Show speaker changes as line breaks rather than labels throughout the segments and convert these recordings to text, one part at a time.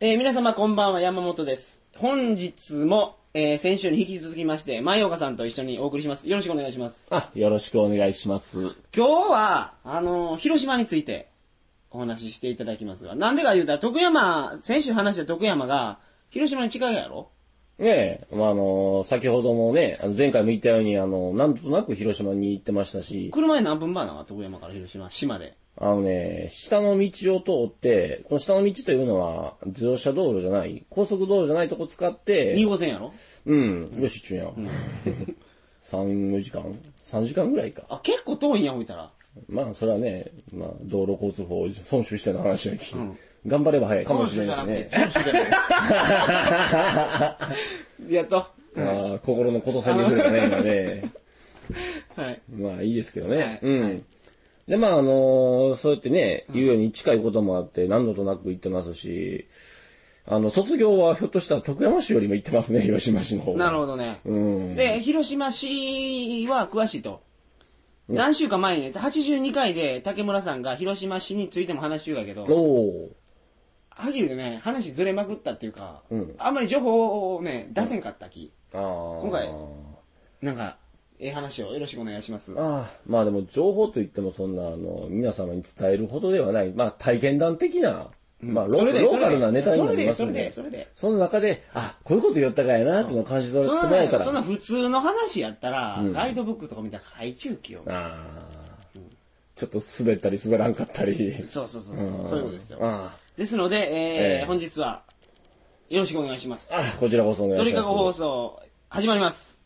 えー皆様こんばんは、山本です。本日も、えー先週に引き続きまして、前岡さんと一緒にお送りします。よろしくお願いします。
あ、 よろしくお願いします。
今日は、あのー広島についてお話ししていただきますが、なんでか言うたら、徳山、先週話した徳山が、広島に近いやろ
ねえ、まあ、あの、先ほどもね、あの前回も言ったように、あの、なんとなく広島に行ってましたし、
車で何分前なの徳山から広島、島で。
あのね、下の道を通って、この下の道というのは、自動車道路じゃない、高速道路じゃないとこ使って、
2号線やろ
うん、よし、ちゅんや ん。3時間 ?3 時間ぐらいか。
あ、結構遠いんや、置いたら。
まあ、それはね、まあ、道路交通法を損守しての話やき、
ん
頑張れば早いかもしれないしね。
長州じゃ なくて
やっと。
ああ、心のことさに触れたね、今ね。
はい。
まあいいですけどね。
はい
うん。
はい
で、まああのーそうやってね、言うように近いこともあって、何度となく言ってますし、あの、卒業はひょっとしたら徳山市よりも行ってますね、広島市の方が。
なるほどね。
うん。
で、広島市は詳しいと。何週間前にね、82回で竹村さんが広島市についても話してるやけど、
お
は
お
っきり言うとね、話ずれまくったっていうか、
うん
あんまり情報をね、出せんかったき。
ああ。
今回なんか、ええ話をよろしくお願いします。
ああ、まあでも情報といってもそんな、あの、皆様に伝えるほどではない、まあ体験談的な、まあロ
それで
ローカルなネタに
そ
な
れ
り
で、
ます
それ
の
で、
で、
それで。
その中で、あ、こういうこと言ったかやな、っていうのを感じ取
そ
って
ん
もらえた
な、
ら。
そんな普通の話やったら、
ん
ガイドブックとか見たら海中記よ。
ああ、ちょっと滑ったり滑らんかったり。
そうそうそう そう、そういうことですよ。
あ
ですので、えー
ええ
本日は、よろしくお願いします
あ。ああ、こちらこそお願
ド
い
リ
し
カ
ます。
ゴ放送、始まります。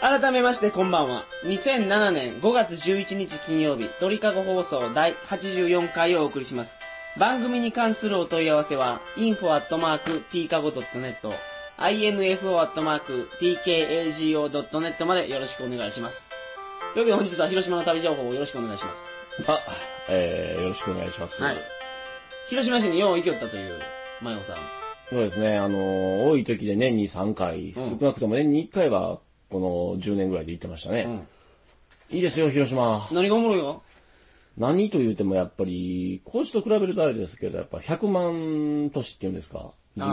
改めましてこんばんは。2007年5月11日金曜日、鳥かご放送第84回をお送りします。番組に関するお問い合わせは、info.tkago.net、info.tkago.net までよろしくお願いします。というわけで本日は広島の旅情報をよろしくお願いします。
あ、えー、よろしくお願いします。
はい。広島市によう行きよったという、マヨさん。
そうですね、あのー多い時で年に3回、
うん
少なくとも年に1回は、この10年ぐらいで行ってましたね。いいですよ、広島。
何がおもろいよ
何と言うてもやっぱり、高知と比べるとあれですけど、やっぱ100万都市っていうんですか、人口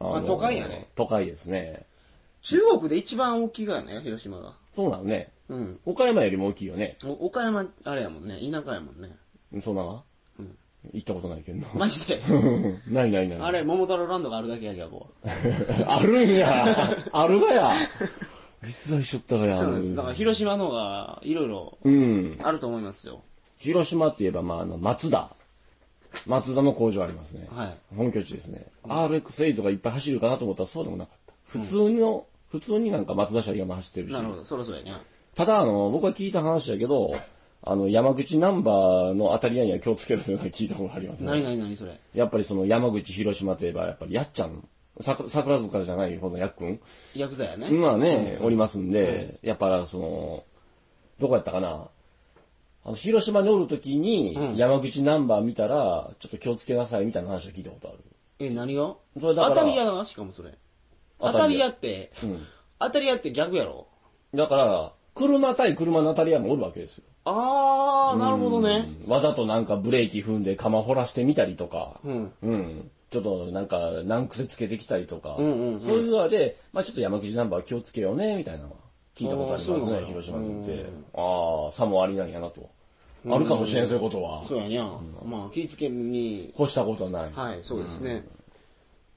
あー
が。
まあ
のー
都会やね。
都会ですね。
中国で一番大きいがやね、広島が。
そうなのね。
うん。
岡山よりも大きいよね。
お岡山、あれやもんね、田舎やもんね。
そうなの、行ったことないけどな。
マ ジで。
ないないない。
あれ、桃太郎ランドがあるだけやけど、こう。
あるん や。あるがや。実在しちゃったがや。
そうなんです。だから広島の方が、いろいろ、
うん。
あると思いますよ。
広島って言えば、まあ、あの、松田。松田の工場ありますね。
はい
本拠地ですね。RX8 とかいっぱい走るかなと思ったらそうでもなかった。普通の、普通になんか松田車が今走ってるし
な。るほど、そろそろやね。
ただ、あの、僕は聞いた話だけど、あの、山口ナンバーの当たり合いには気をつけるのが聞いたことがありますね。
何何何それ。
やっぱりその山口広島といえば、やっぱりやっちゃん。さく桜塚じゃない方のやっくん。
ヤクザやね。
まあね、おりますんで、やっぱその、どこやったかな。あの、広島におるときに、山口ナンバー見たら、ちょっと気をつけなさいみたいな話は聞いたことある。
え、何が
それだから
当たり屋だな、しかもそれ。当
当
た
た
り
り
屋
屋
って、当たり屋って逆やろ
だから、車対車の当たり屋もおるわけですよ。
あー、なるほどね。
わざとなんかブレーキ踏んで釜掘らしてみたりとか、
うん。
うんちょっとなんか難癖つけてきたりとか、
んうんうん
そういうので、まあちょっと山口ナンバー気をつけようね、みたいなのは聞いたことあり
あー
ま
そう
す
な
ね
ん、や
広島に行って。ああ、さもありなんやなと。あるかもしれん、そういうことは。
そうやにゃ。まあ、気ぃつけに、
干したことはない。
はい、そうですね。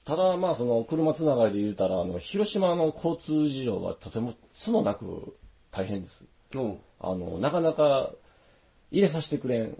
ただ、まあ、その、車つながりで言うたら、あの、広島の交通事情はとてもつもなく大変です。
うん。
あの、なかなか、入れさせてくれん、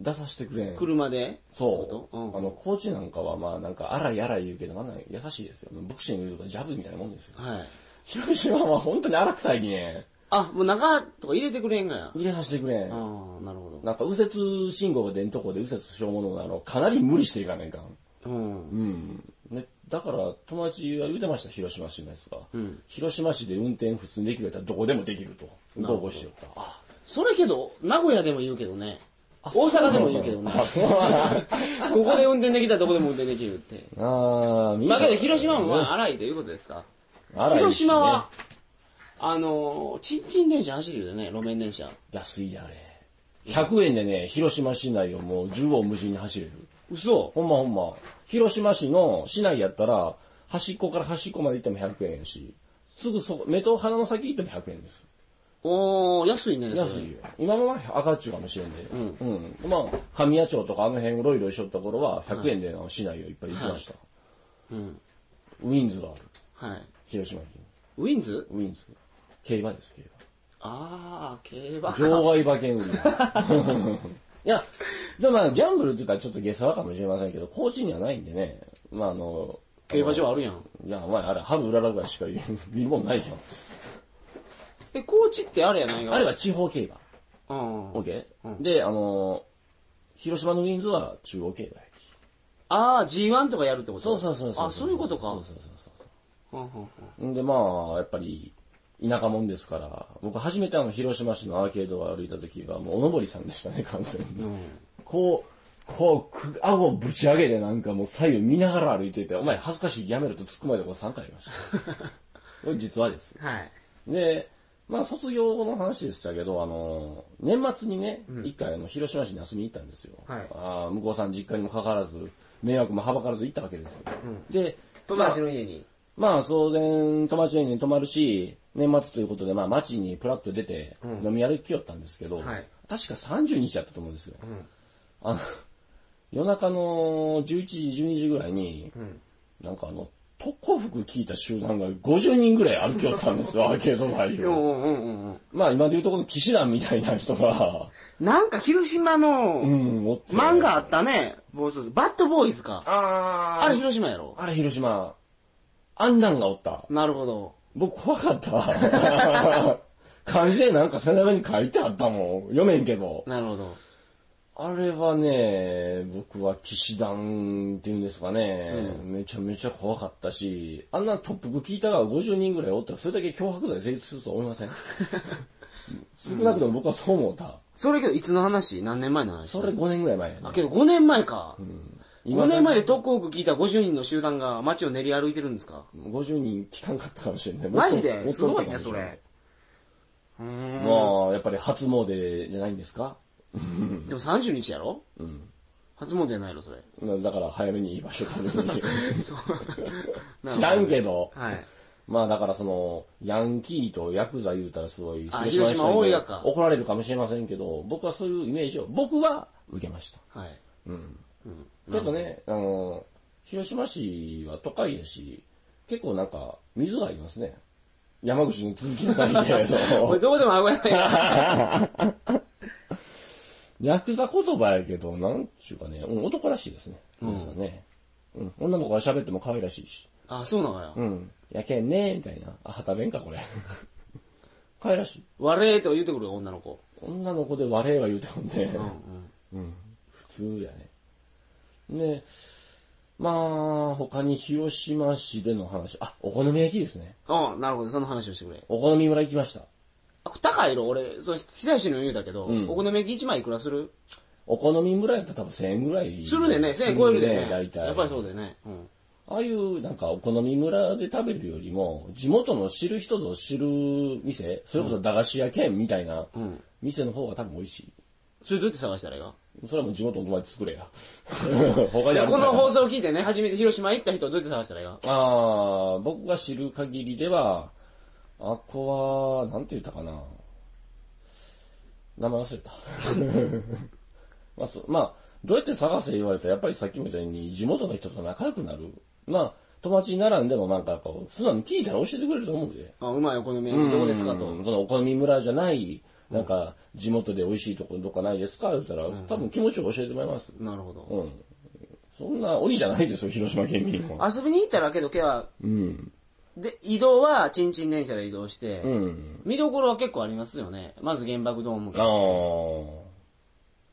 出させてくれん。
車で
そう、
うん
あの、高知なんかは、まあ、なんか、荒い荒い言うけど、まあ、優しいですよ。ボクシングで言うとジャブみたいなもんですよ。
はい。
広島は本当に荒くさいにね、
あ、もう中とか入れてくれんがや。
入れさせてくれん。
あー、なるほ
なんか、右折信号が出んとこで右折しようものなの、かなり無理していかないかん。
ど。うん。
うん。ね、だから、友達は言うてました、広島市のやつが。
ん
広島市で運転普通にできるやったらどこでもできると。豪語しよった。あ、
それけど、名古屋でも言うけどね。大阪でも言うけどね。
あ、そう
ここで運転できたらどこでも運転できるって。
あー、みん
ま
な
あけど、広島もまあ荒いということですか。
荒いしね
広島は、あのー、ちんちん電車走るよね、路面電車。
安いであれ。100円でね、広島市内をもう縦横無尽に走れる。
嘘
ほんまほんま。広島市の市内やったら、端っこから端っこまで行っても100円やし、すぐそこ、目と鼻の先行っても100円です。
おー、安いね。それ
安いよ。今もまあ赤っちゅうかもしれんで。うん。まあ、神谷町とかあの辺ロイロイしょった頃は、100円であの市内をいっぱい行きました。
うん。
ウィンズがある。
はい。
広島駅に。
ウィンズ
ウィンズ。競馬です、競馬。
あー、競馬
場
か。
外馬券売り。 いや、でもまあ、ギャンブルって言ったらちょっと下世話かもしれませんけど、高知にはないんでね。まあ、あの、
競馬場あるやん。
いや、お前、あれ、ハブ裏らぐらいしか言う見るもんないじゃん。
え、高知ってあれやないか。
あれは地方競馬。
うん。
オッケーで、あのー、広島のウィンズは中央競馬駅。
あー、G1 とかやるってこと
そうそうそうそう。
あ、そういうことか。
そうそうそうそう
うんうんうん
んで、まあ、やっぱり、田舎もんですから、僕初めてあの、広島市のアーケードを歩いた時は、もう、おのぼりさんでしたね、完全に。こう、こう、く顎をぶち上げてなんかもう左右見ながら歩いてて、お前恥ずかしいやめろと突っ込まれたこと3回ありました。 これ実はです。
はい。
で、まあ卒業の話でしたけど、あの、年末にね、一、回あの広島市に遊びに行ったんですよ。
はい
ああ向こうさん実家にもかかわらず、迷惑もはばからず行ったわけですよ。で、
友達の家に。
まあ当然、友達の家に泊まるし、年末ということで、まあ街にプラッと出て、飲み歩きよったんですけど、
はい
確か30日やったと思うんですよ。あの、夜中の11時、12時ぐらいに、なんかあの、特攻服着いた集団が50人ぐらい歩きよったんです よ、アーケード内
うん
を。
うんうんうんうん。
まあ今で言うとこの騎士団みたいな人が、
なんか広島
う
の
ん、おって。
漫画あったね。暴走族バッドボーイズか。
あ
あれ広島やろ
あれ広島。アンダンがおった。
なるほど。
僕怖かった。漢字でなんか背中に書いてあったもん。読めんけど。
なるほど。
あれはね、僕は騎士団っていうんですかね、めちゃめちゃ怖かったし、あんなトップ聞いたが50人ぐらいおったら、それだけ脅迫罪成立するとは思い ません少なくとも僕はそう思った。
それけど、いつの話何年前の話
それ5年ぐらい前やね
あ、けど5年前か。
今
5年前で特攻区聞いた50人の集団が街を練り歩いてるんですか
50人聞かんかったかもしれない。
マジで
もっと
すごいね
もっと
それ。うーん。
まあ、やっぱり初詣じゃないんですか
でも30日やろうん。初詣やないろ、それ。
だから早めに言いましょうかね
そう。
知らんけど。
はい。
まあだからその、ヤンキーとヤクザ言うたらすごい、
あ
の人
広島多い
に
やか
怒られるかもしれませんけど、僕はそういうイメージを、僕は受けました。
はい。
ちょっとね、あの、広島市は都会やし、結構なんか、水がありますね。山口の続きのないけれ
こ れ
ど、
どこでも危ないよ。
ヤクザ言葉やけど、なんちゅうかね、うん男らしいですね。皆さんね。うん、女の子が喋っても可愛らしいし。
あ、そうなのよ。
うん。やけんねみたいな。あ、旗弁か、これ。 可愛らしい。
悪いと言うてくるよ、女の子。
女の子で悪いは言うてもんで、
うんうん。
普通やね。で、まあ、他に広島市での話。あ、お好み焼きですね。
あなるほど、その話をしてくれ。
お好み村行きました。
あ、高いろ、俺、そう、久石の言うだけど、お好み焼き1枚いくらする
お好み村やったら多分1000円ぐらい。
するでね、1000円超えるでね。
大体。
やっぱりそう
だ。
でね。うん。
ああいう、なんか、お好み村で食べるよりも、地元の知る人ぞ知る店、それこそ駄菓子屋兼みたいな、
ん
店の方が多分美味しい。
それどうやって探したらいいか
それはもう地元の友達作れや。他
い
にあ
や
る
こ
か
の
ら
放送を聞いてね、初めて広島行った人はどうやって探したらいいか
ああ、僕が知る限りでは、あっこは、なんて言ったかな。名前忘れた。 まあ、そうまあ、どうやって探せ言われたら、やっぱりさっきみたいに地元の人と仲良くなる。まあ、友達に並んでもなんかこう、素直に聞いたら教えてくれると思うで。
あ、うまいお好み焼きどこですかと。
うんそのお好み村じゃない、なんか、地元で美味しいとこどっかないですか言ったら、多分気持ちを教えてもらいます。
なるほど。
うん。そんな鬼じゃないですよ、広島県民 は。
遊びに行ったらけど、けは、
うん。
で、移動は、ちんちん電車で移動して、
うん。
見どころは結構ありますよね。まず原爆ドーム
あ
が、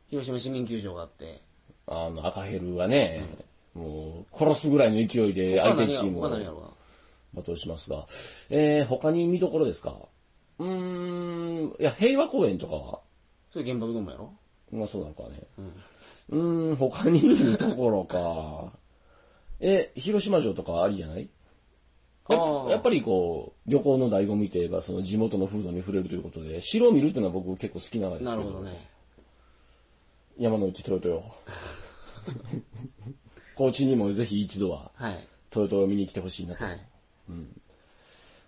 広島市民球場があって、
あ、あの、赤ヘルはね、もう、殺すぐらいの勢いで
他
相手
何
チ
や
ーム
他
を
何や
罵
ろうな。
倒しますが、えー、他に見どころですかうーん、いや、平和公園とかは
それ原爆ドームやろ
まあそうなのかね。うーん、他にいるところか。 え、広島城とかありじゃないやっ
ああ
ぱやっぱりこう、旅行の醍醐味といえば、その地元の風土に触れるということで、城を見るっていうのは僕結構好きながらです
な
け
る
ど、
ほどね。
山の内トヨトよ。高知にもぜひ一度は
はい。
トヨトを見に来てほしいなと。
はい。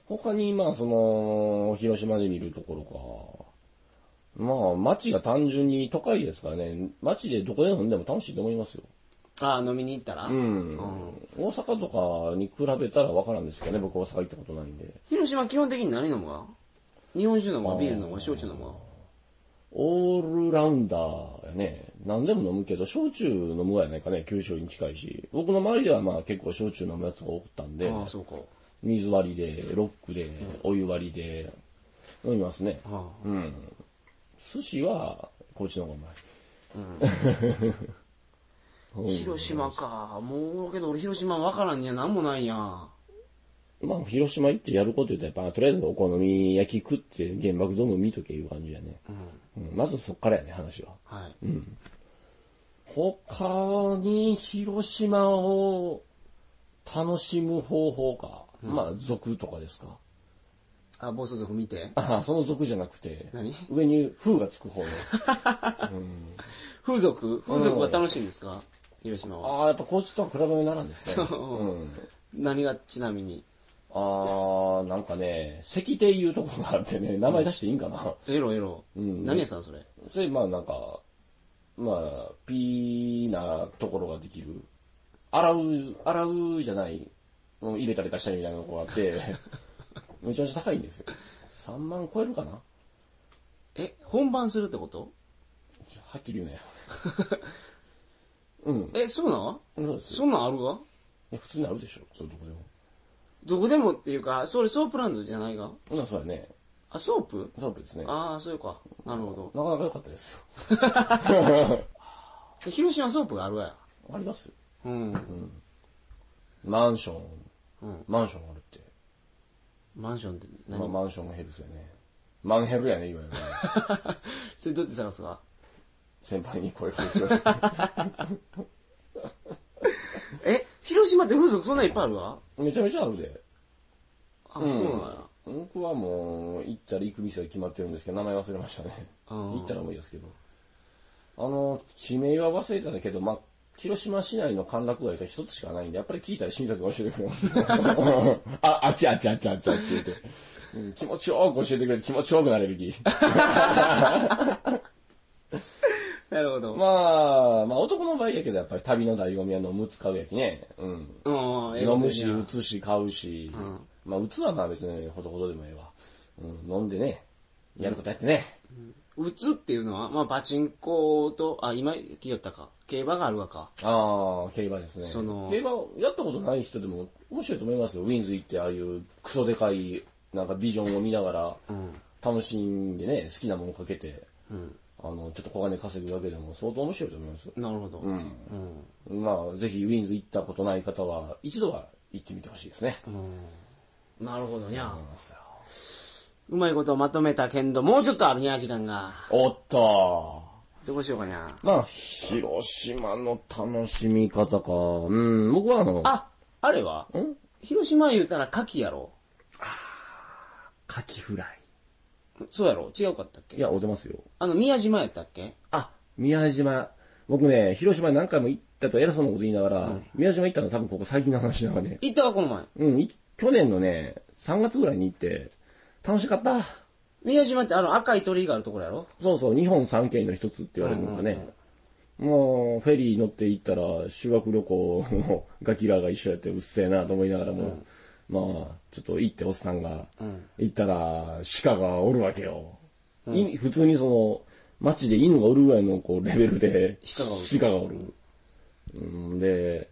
他に、まあその、広島で見るところか。まあ、街が単純に都会ですからね、街でどこで飲んでも楽しいと思いますよ。
ああ、飲みに行ったら、
うん。大阪とかに比べたらわからんですけどね、僕大阪行ったことないんで。
広島基本的に何飲むわ日本酒飲むわビール飲むわ焼酎飲むわ
オールラウンダーやね。何でも飲むけど、焼酎飲むわやないかね、九州に近いし。僕の周りではまあ結構焼酎飲むやつが多かったんで、
ああ、そうか。
水割りで、ロックで、お湯割りで、飲みますね。
ああ
うん。寿司は、こっちの方がうまい。
広島か。もう、けど俺広島わからんにはなんもないんやん。
まあ、広島行ってやること言ったら、やっぱ、とりあえずお好み焼き食って原爆ドーム見とけいう感じやね。うんまずそっからやね、話は。
はい。
他に広島を楽しむ方法か。まあ、俗とかですか。
あ、暴走族見て。
あその俗じゃなくて、
何
上に風がつく方 の。
風俗風俗は楽しいんですか広島は。
ああ、やっぱ高知とは比べにならんですね。
うん何がちなみに。
ああ、なんかね、石庭いうところがあってね、名前出していいんかな。
エロエロ。何屋さんそれ。
それ、まあなんか、まあ、ピーなところができる。洗う、洗うじゃない。もう入れたり出したりみたいなとこがあって、めちゃめちゃ高いんですよ。3万超えるかなは
え、本番するってこと
っきり言うなよ。うん。
え、そうなん
そうですよ
そんなんあるが
いや普通にあるでしょ。そういうとこでも。
どこでもっていうか、それソープランドじゃないが
うん、そうだね。
あ、ソープ
そうですね。な
ああ、そういうか。なるほど。
かなか良かったですよ。
で広島ソープがあるわや。
ありますよ。
うん。
マンション。
うん
マンションあるって。
マンションって
まあ、
何
マンションヘルスやね。マンヘルやね、いわゆるね。
それどうやって探すか
先輩に声かけてください。
え、広島って風俗そんないっぱいあるわ
めちゃめちゃあるで。
あ、そうなんや。
僕はもう、行ったら行く店が決まってるんですけど、名前忘れましたね。
あー
行ったらもういいですけど。あの、地名は忘れたんだけど、まあ、広島市内の歓楽街が一つしかないんで、やっぱり聞いたら親切が教えてくれます。 あ、あっちあっちあっちあっちあっちって。うん気持ちよく教えてくれて気持ちよくなれる気。
なるほど。
まあ、まあ男の場合やけど、やっぱり旅の醍醐味は飲む使うやきね。うん。
うん、
飲むし、
英語
打
的
つし、買うし。
ん
まあ、打つはまあ別にほどほどでもええわ。うん、飲んでね。やることやってね。
な打つっていうのは、まあ、パチンコと、あ、今、来よったか。競馬があるわか。
ああ、競馬ですね。
その
競馬をやったことない人でも面白いと思いますよ。ウィンズ行って、ああいうクソでかい、なんかビジョンを見ながら、楽しんでね、好きなものかけて、あの、ちょっと小金稼ぐだけでも相当面白いと思いますよ。
なるほど。うん。うん。
まあ、ぜひウィンズ行ったことない方は、一度は行ってみてほしいですね。
なるほどにゃ
思い。ますよ
うまいことをまとめたけんど、もうちょっとあるにゃ、時間が。
おっと
どうしようかにゃ。
まあ、広島の楽しみ方か。うん、僕はあの、
あ、あれは広島言うたら牡蠣やろ。
カキフライ。
そうやろ違うかったっ
い
け
や、おてますよ。
あの、宮島やったっけ
あ、宮島。僕ね、広島に何回も行ったと偉そうなこと言いながら、宮島行ったの多分ここ最近の話だからね。
行ったわ、この前。
うん、い去年のね、3月ぐらいに行って、楽しかった。
宮島ってあの赤い鳥居があるところやろ
そうそう、日本三景の一つって言われるのかね。もう、フェリー乗って行ったら、修学旅行のガキラーが一緒やって、うっせえなと思いながらも、まあ、ちょっと行っておっさんが、行ったら、鹿がおるわけよ。い普通にその、街で犬がおるぐらいのこうレベルで、
鹿がおる
がおる。うん、で、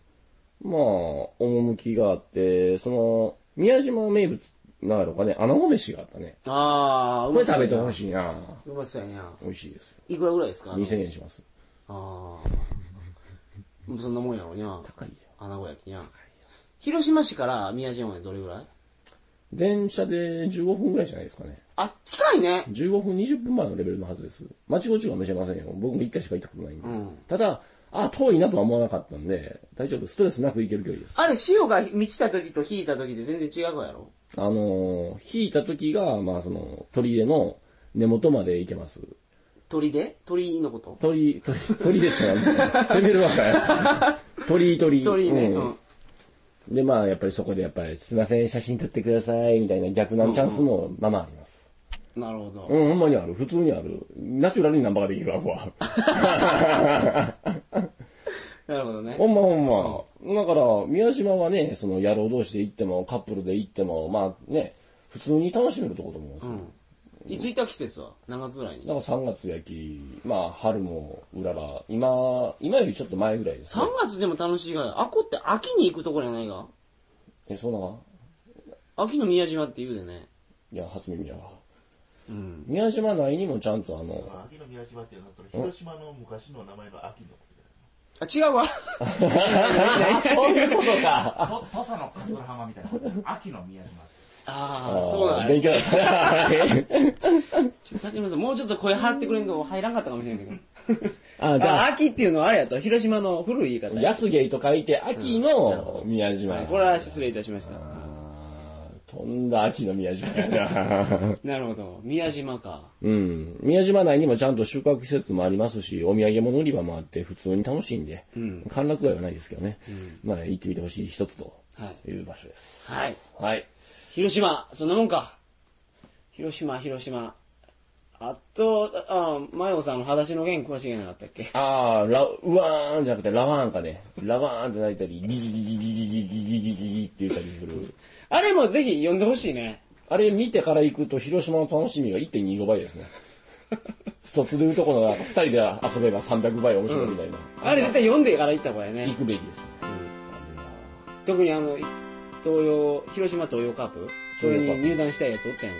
まあ、趣があって、その、宮島名物、なんやろうかね、穴子飯があったね。
あー、う
これ
そう
食
や
べ
な
てほしいな。
うまそうやにゃ。
美味しいですよ。
いくらぐらいですかあの
2000円します。
ああ。もうそんなもんやろにゃ。
高いよ。
穴子焼きにゃ。広島市から宮島までどれぐらい
電車で15分ぐらいじゃないですかね。
あ、近いね。
15分、20分前のレベルのはずです。間違い中はめちゃいませんよ。僕も1回しか行ったことないんで。
ん
ただ、あ、遠いなとは思わなかったんで、大丈夫、ストレスなく行ける距離です。あ
あれ、潮が満ちた時と引いた時で全然違うやろ
のー、引いた時が、まあその、砦の根元まで行けます。
鳥で鳥のこと
鳥、鳥、鳥でってなんで攻めるわかや。 鳥、鳥。
鳥ね。
う
うんん。
で、まあ、やっぱりそこで、やっぱり、すいません、写真撮ってください、みたいな逆なチャンスも、まあまああります。
なるほど。
うん、ほんまにある。普通にある。ナチュラルにナンバーができるわ、僕 は。
なるほどね
ほ。んまほんま。だから、宮島はね、その野郎同士で行っても、カップルで行っても、まあね、普通に楽しめるとこだと思うんですよ。
いついた季節は何月ぐらいに
だから3月焼き、まあ春もうらら、今、今よりちょっと前ぐらいですね
?3 月でも楽しいが、あこって秋に行くところやないが
え、そうなの
秋の宮島って言うでね。
いや、初耳やわ。
うん。
宮島内にもちゃんとあ の、
秋の宮島っていうのはその広島の昔の名前の秋のことじ
あ、違うわ。
そういうことか。
ゃないと土佐の桂浜みたいな秋の宮島
ああ、そうだね。
勉強だった ね。
ちょっと竹村さん、もうちょっと声張ってくれんと入らんかったかもしれんけど。
あ、じ
あ、
ゃあ、
秋っていうのはあれやと、広島の古い言い方や。
安芸と書いて、秋の宮島。
これは失礼いたしました。
あー飛んだ秋の宮島やな。
なるほど。宮島か。
うん。宮島内にもちゃんと宿泊施設もありますし、お土産物売り場もあって、普通に楽しいんで、
うん
歓楽街はないですけどね。まあ、行ってみてほしい一つと
はい。
いう場所です。
はい。
はい。
広島、そんなもんか。広島、広島。あと、あ、マヨさんの裸足の弦詳しげなかったっけ
あー、ラ、うわーんじゃなくて、ラワーンかね。ラワーンって鳴いたり、ギギギギギギギギギギギギって言ったりする。
あれもぜひ読んでほしいね。
あれ見てから行くと広島の楽しみが1.25倍ですね。一つでいうところが二人で遊べば300倍面白いみたいな。
あれ絶対読んでから行った方がいい
行
ね。
くべきですね。
特にあの、東洋、広島東洋カープそれに入団したいやつおったやん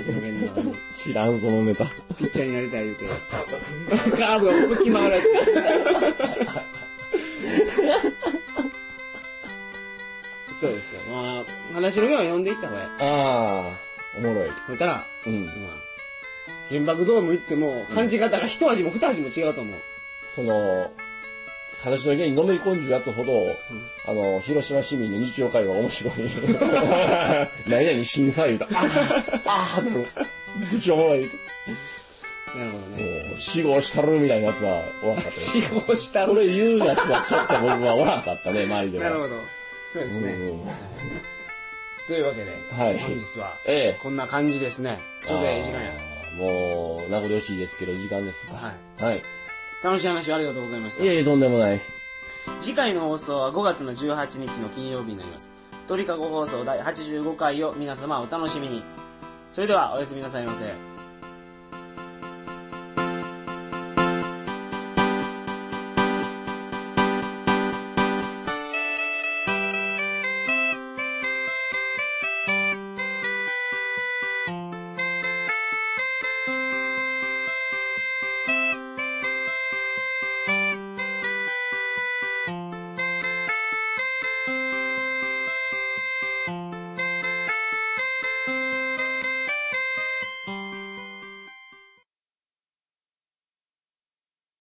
か。裸足の弦の中に。
知らんそのネタ。
ピッチャーになりたい言うて。カーブが思いっきり曲がられて。そうですよ。まあ、話の弦は読んでいった方がいい。
ああ、おもろい。
それたら、
うん。
まあ、原爆ドーム行っても、感じ方が一味も二味も違うと思う。
その、形の芸にのめり込んじゅうやつほど、あの、広島市民の日常会話 面白い。何々震災言うた。あーあー、なるぶちおもろい。
なるほどね。
もう死後したるみたいなやつはおらんかったです
死亡した
それ言うやつはちょっと僕はおらんかったね、周りでは。
なるほど。そうですね。
うん
というわけで、
はい
本日は、
ええ。
こんな感じですね。ちょうどいい時間や。
あーもう、名残惜しいですけど、時間ですが。。
はい
はい。
楽しい話をありがとうございました
い。えいえ、とんでもない。
次回の放送は5月の18日の金曜日になります。鳥かご放送第85回を皆様お楽しみに。それではおやすみなさいませ。